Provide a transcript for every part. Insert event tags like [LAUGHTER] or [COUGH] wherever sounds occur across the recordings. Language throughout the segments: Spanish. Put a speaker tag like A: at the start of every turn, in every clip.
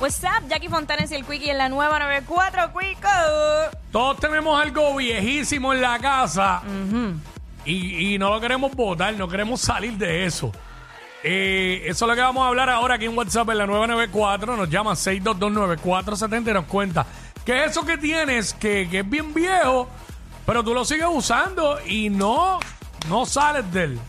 A: What's up, Jackie Fontanes y el Quickie en la nueva 94 Quico.
B: Todos tenemos algo viejísimo en la casa y, y no lo queremos votar, no queremos salir de eso. Eh, eso es lo que vamos a hablar ahora aquí en WhatsApp en la 994. Nos llama 6229470 y nos cuenta que eso que tienes, que, que es bien viejo, pero tú lo sigues usando y no, no sales de él.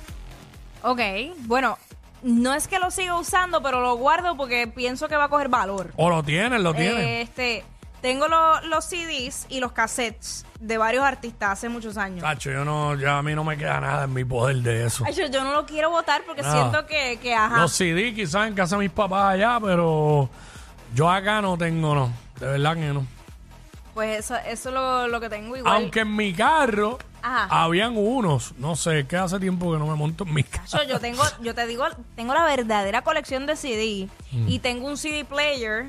A: Ok, bueno, no es que lo siga usando, pero lo guardo porque pienso que va a coger valor.
B: O lo tienes, lo tienes.
A: Eh, Este, tengo lo- los CDs y los cassettes de varios artistas hace muchos años.
B: Tacho, yo no, ya a mí no me queda nada en mi poder de eso.
A: Ay, yo, yo no lo quiero votar porque
B: No.
A: siento que, que ajá.
B: Los CD quizás en casa de mis papás allá, pero yo acá no tengo, no. De verdad que no.
A: Pues eso, eso es lo, lo que tengo igual.
B: Aunque en mi carro
A: Ajá.
B: habían unos, no sé, que hace tiempo que no me monto en mi carro.
A: Yo, yo tengo, yo te digo, tengo la verdadera colección de CD
B: Mm.
A: y tengo un CD player.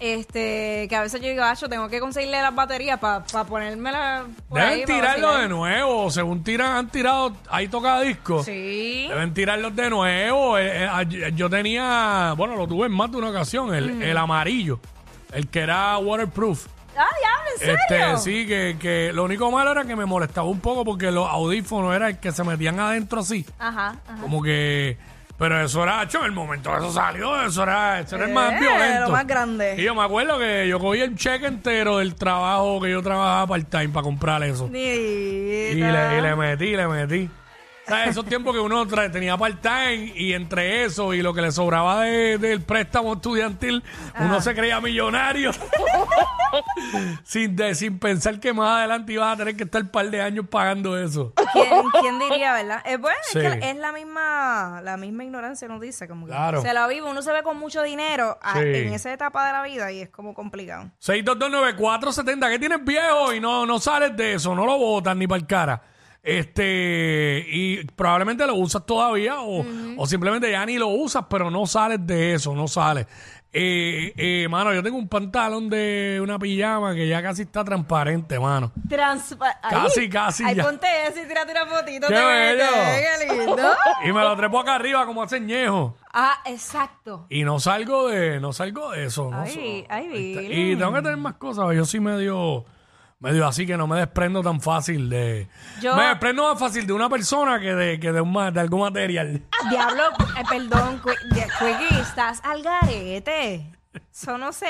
A: Este, que a veces yo digo, ah, yo tengo que conseguirle las baterías para ponerme la.
B: Deben tirarlo
A: ¿eh?
B: de nuevo, según tiran, han tirado, ahí toca disco.
A: Sí.
B: Deben tirarlos de nuevo. Eh, eh, ay- Yo tenía, bueno, lo tuve en más de una ocasión, el, el amarillo, el que era waterproof.
A: Ah, diablo, ¿en serio?
B: Este, sí, que, que lo único malo era que me molestaba un poco porque los audífonos eran que se metían adentro así.
A: Ajá, ajá.
B: Como que. Pero eso era, hecho, en el momento que eso salió, eso era, eso era el más
A: Eh,
B: violento.
A: lo más grande.
B: Y yo me acuerdo que yo cogí el cheque entero del trabajo que yo trabajaba part-time para comprar eso. Y le, y le metí, le metí. O sea, esos tiempos que uno tra- tenía part-time y entre eso y lo que le sobraba de- del préstamo estudiantil, uno se creía
A: [LAUGHS]
B: millonario. sin, de- sin pensar que más adelante ibas a tener que estar un par de años pagando eso.
A: ¿Quién, quién diría, verdad? Es bueno,
B: Sí.
A: es, que es la misma, la misma ignorancia, nos dice. Como que
B: Claro.
A: Se la vive, uno se ve con mucho dinero a-
B: Sí.
A: en esa etapa de la vida y es como complicado.
B: 6229470, ¿qué tienes viejo? Y no, no sales de eso, no lo botas ni para el cara. Este, y probablemente lo usas todavía o, o simplemente ya ni lo usas, pero no sales de eso, no sales. Eh, eh, mano, yo tengo un pantalón de una pijama que ya casi está transparente, mano. Casi, casi
A: Ahí
B: ya.
A: ponte ese y tírate una fotito.
B: ¡Qué
A: te ves,
B: bello!
A: te ves, ¡Qué
B: [LAUGHS]
A: lindo!
B: Y me lo trepo acá arriba como hacen ñejo.
A: ah, exacto.
B: Y no salgo de, no salgo de eso. no
A: Ay,
B: so-
A: ay,
B: este,
A: Bill.
B: Y tengo que tener más cosas. Yo sí medio, medio así que no me desprendo tan fácil de.
A: Yo-
B: Me desprendo más fácil de una persona que de, que de, un, ma- de algún material.
A: Diablo, eh, perdón, Qui- de- Quickie, estás al garete. Eso no sé.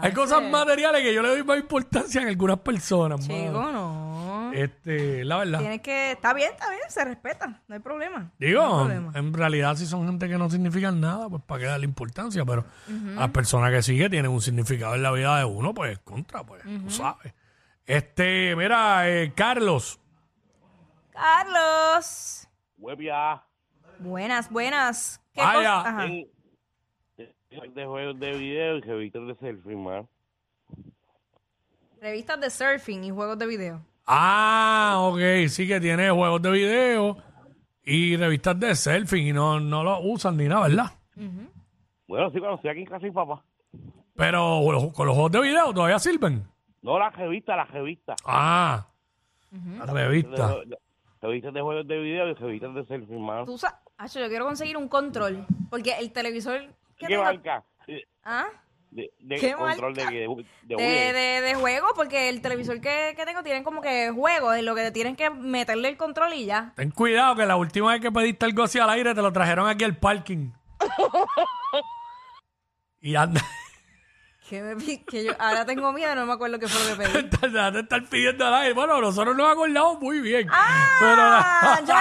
B: Hay cosas materiales que yo le doy más importancia en algunas personas. mano.
A: Chico, no.
B: Este, la verdad.
A: Tienes que. Está bien, está bien, se respeta, no hay problema. no hay
B: Digo,
A: problema.
B: en realidad si son gente que no significan nada, pues para qué darle importancia, pero las personas que sigue tienen un significado en la vida de uno, pues contra, pues, tú sabes. Este, mira, eh, Carlos,
A: Carlos.
C: Huevia.
A: Buenas, buenas. ¿Qué
B: Vaya.
A: cosa? Ajá.
C: De juegos de video y revistas de selfie, man.
A: Revistas de surfing y juegos de video.
B: Ah, ok, sí que tiene juegos de video y revistas de selfie y no, no lo usan ni nada, ¿verdad?
C: Bueno, sí, cuando estoy aquí en casa y papá.
B: Pero bueno, con los juegos de video todavía sirven.
C: No, las revistas, las revistas.
B: Ah, la revista.
C: De- de- Revistas de juegos de video y revistas de selfie, man.
A: Tú sabes. yo quiero conseguir un control. Porque el televisor. que
C: ¿Qué,
A: tengo-
C: marca? De,
A: ¿Ah?
C: de- de
A: ¿Qué
C: control
A: marca? Eh,
C: de video. De,
A: De,
C: video.
A: de, de juego, porque el televisor que, que tengo tienen como que juegos, en lo que tienen que meterle el control y ya.
B: Ten cuidado que la última vez que pediste algo así al aire te lo trajeron aquí al
A: [LAUGHS]
B: parking. y anda, [LAUGHS]
A: Que, me pi- que yo ahora tengo miedo, no me acuerdo qué fue lo que pedí.
B: anda de estar pidiendo al aire. Bueno, nosotros nos acordamos muy bien.
A: ¡Ah!
B: [LAUGHS] Pero-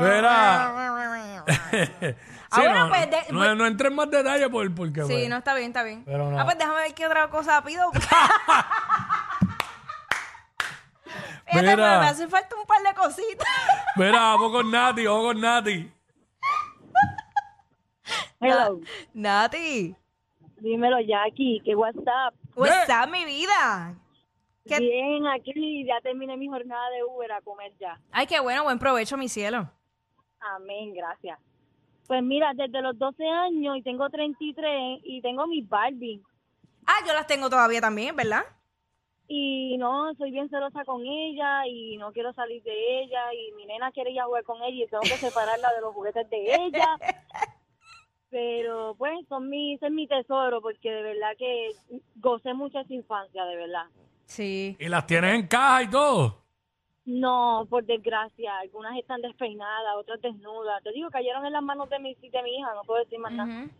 A: Joshua. [LAUGHS]
B: Mira. [LAUGHS] Sí,
A: Ah, bueno,
B: no,
A: Ah, pues, de-
B: no,
A: pues-
B: no entres en más detalle por, porque...
A: Sí,
B: pues,
A: no, está bien, está bien.
B: Pero no.
A: Ah, pues déjame ver qué otra cosa
B: [LAUGHS]
A: pido. Fíjate,
B: Mira.
A: pero me hace falta un par de cositas.
B: Mira, vamos con Nati, vamos con Nati.
A: Ah.
D: Hello,
A: [LAUGHS] Nati,
D: dímelo Jackie, que WhatsApp.
A: what's up, mi vida? ¿Qué-
D: Bien, aquí ya terminé mi jornada de Uber a comer ya.
A: Ay, qué bueno, buen provecho, mi cielo.
D: Amén, gracias. Pues mira, desde los 12 años y tengo 33 y tengo mis Barbie.
A: Ah, yo las tengo todavía también, ¿verdad?
D: Y no, soy bien celosa con ella y no quiero salir de ella y mi nena quiere ir a jugar con ella y tengo que separarla de los juguetes de ella. Pero pues son mis, ese es mi tesoro porque de verdad que gocé mucha esa infancia, de verdad.
A: Sí.
B: ¿Y las tienes en caja y todo?
D: No, por desgracia, algunas están despeinadas, otras desnudas. Te digo, cayeron en las manos de mi, de mi hija, no puedo decir más nada.
A: Ujú.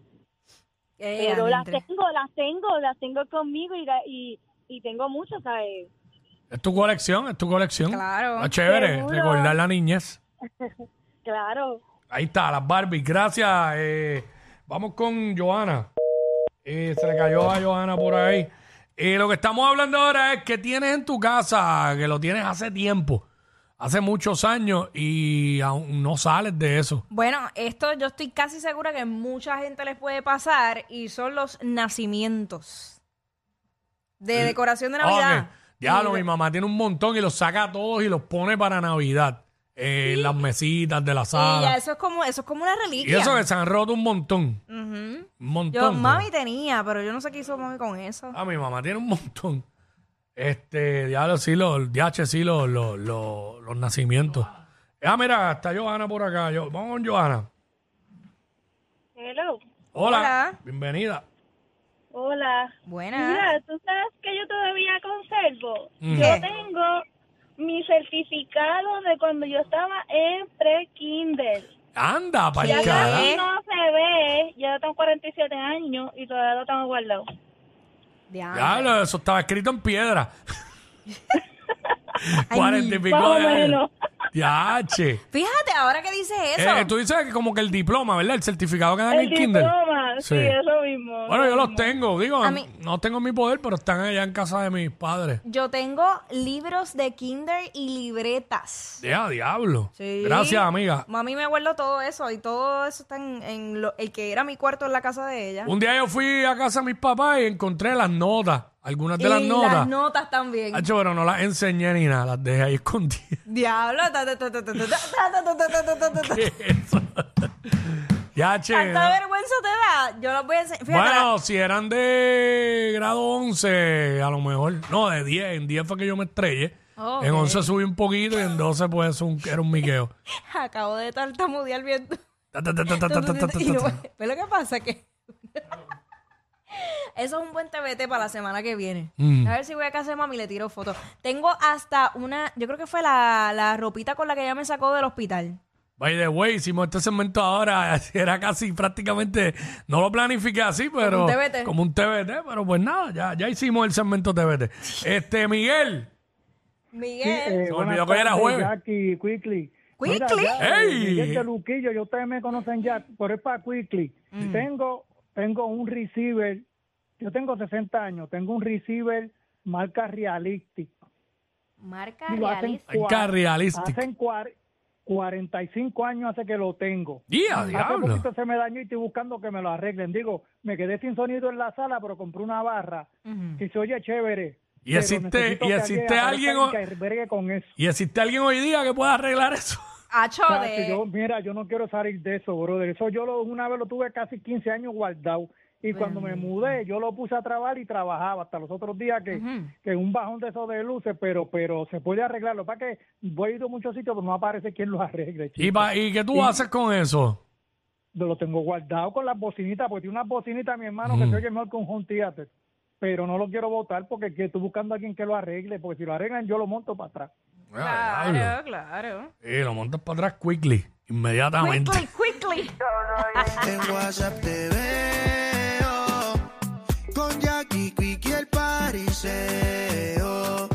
A: Eh,
D: Pero las
A: adentro.
D: tengo, las tengo, las tengo conmigo y, la- y, y tengo muchas, ¿sabes?
B: Es tu colección, es tu colección.
A: Claro.
B: Está chévere,
D: Seguro.
B: recordar la niñez.
D: Claro.
B: Ahí está, las Barbies. Gracias. eh, vamos con Joana. Eh, se le cayó a Joana por ahí. Eh, lo que estamos hablando ahora es que tienes en tu casa, que lo tienes hace tiempo, hace muchos años y aún no sales de eso.
A: Bueno, esto yo estoy casi segura que mucha gente les puede pasar y son los nacimientos. De decoración de
B: Ah, Ok.
A: Navidad.
B: Ya lo,
A: Y de-
B: mi mamá tiene un montón y los saca a todos y los pone para Navidad. Eh, en Las mesitas de la
A: Y ya
B: sala.
A: eso es como, eso es como una
B: Y
A: reliquia.
B: eso que se han roto un montón.
A: Ujú.
B: Un montón.
A: Yo,
B: ¿no?
A: mami tenía, pero yo no sé qué hizo mami con eso.
B: Ah, mi mamá tiene un montón. Este, diablo, sí, los, DH, sí, los, los, los, los nacimientos. Ah, mira, está Johanna por acá. Yo, vamos con Johanna.
D: Hello.
B: Hola.
A: Hola.
B: Bienvenida.
D: Hola.
A: Buena.
D: Mira, tú sabes que yo todavía conservo.
B: Mm.
A: ¿Qué?
D: Yo tengo mi certificado de cuando yo estaba en pre-kinder.
B: Anda, para
D: Ya
B: el carajo.
A: ¿Eh?
D: casi no se ve, ya tengo 47 años y todavía lo tengo guardado.
A: Diablo.
B: Diablo, eso estaba escrito
A: [LAUGHS]
B: en piedra. Cuarenta y
D: Más
B: pico
D: o
B: de años.
D: menos.
B: Diache.
A: Fíjate, ahora que dices eso.
B: Eh, tú dices que como que el diploma, ¿verdad? El certificado que dan en
D: El
B: el kinder.
D: diploma,
B: Sí.
D: sí, eso mismo.
B: Bueno, yo
D: eso
B: los
D: mismo.
B: tengo, digo,
A: A mí-
B: no tengo en mi poder, pero están allá en casa de mis padres.
A: Yo tengo libros de kinder y libretas.
B: Ya, diablo.
A: Sí.
B: Gracias, amiga.
A: Mami me guardó todo eso y todo eso está en, en lo- el que era mi cuarto en la casa de ella.
B: Un día yo fui a casa de mis papás y encontré las notas, algunas de
A: y
B: las notas.
A: las notas también.
B: Hacho, pero no las enseñé ni nada, las dejé ahí [LAUGHS] escondidas.
A: Diablo. ta, ta, ta, ta, ta, ta, ta, ta, ta, ta, ta, ta, ta, ta.
B: Eso. ya, che.
A: Tanta
B: ¿no?
A: vergüenza te da. Yo las voy a enseñar. Fíjate,
B: Bueno, si eran de grado 11, a lo mejor. No, de 10. En 10 fue que yo me estrellé.
A: Oh,
B: En
A: ok.
B: 11 subí un poquito y en 12 pues un, era un miqueo.
A: la- acabo de tartamudear viendo.
B: Ta, ta, ta, ta, ta, ta, ta, ta, ta.
A: Y no- ¿Ves lo que pasa? Que... Eso es un buen TBT para la semana que viene.
B: Mm.
A: A ver si voy a casa de mami y le tiro fotos. Tengo hasta una, yo creo que fue la, la ropita con la que ella me sacó del hospital.
B: By the way, hicimos este segmento ahora. [LAUGHS] Era casi prácticamente. No lo planifiqué así, pero.
A: Como un TBT.
B: Como un TBT, pero pues nada, ya, ya hicimos el segmento TBT. Este, Miguel.
E: Sí,
A: Miguel.
E: eh,
B: olvidó
E: buenas
B: que era
E: tardes,
B: jueves.
E: Jackie, Quickly. Mira,
A: Quickly.
E: ya, eh,
B: ¡Ey!
E: Miguel de Luquillo, yo ustedes me conocen ya, pero es para Quickly. Tengo, tengo un receiver, yo tengo 60 años, tengo un receiver marca Realistic.
A: Marca
E: Digo, hacen,
A: Realista.
B: Marca
E: cuar-
B: Realistic.
E: hacen cuar- 45 años hace que lo tengo.
B: ¡Ya,
E: Hace
B: diablo!
E: poquito se me dañó y estoy buscando que me lo arreglen. Digo, me quedé sin sonido en la sala, pero compré una barra
A: Ujú.
E: y se oye chévere.
B: Y
E: pero
B: existe-
E: necesito
B: y
E: que
B: existe
E: aparezca
B: alguien
E: y
B: o-
E: que bregue con eso.
B: ¿Y existe alguien hoy día que pueda arreglar
E: [LAUGHS]
B: eso?
A: Acho
E: Chacho,
A: de-
E: yo, mira, yo no quiero salir de eso, brother. Eso yo lo, una vez lo tuve casi 15 años guardado. Y cuando me mudé, yo lo puse a trabajar y trabajaba hasta los otros días que,
A: Ujú.
E: que un bajón de esos de luces, pero pero se puede arreglarlo. Para que voy a ir a muchos sitios, pero no aparece quien lo arregle.
B: ¿Y,
E: chico.
B: pa- y qué tú haces con eso?
E: Yo Lo tengo guardado con las bocinitas, porque tiene unas bocinitas, mi hermano, que se oye mejor que un home theater. Pero no lo quiero votar porque que estoy buscando a alguien que lo arregle, porque si lo arreglan, yo lo monto para atrás.
B: Ah, diablo.
A: Claro, claro.
B: Y lo montas para atrás quickly, inmediatamente.
A: Quickly, quickly.
F: En WhatsApp te veo con Jackie Quick y el pariseo.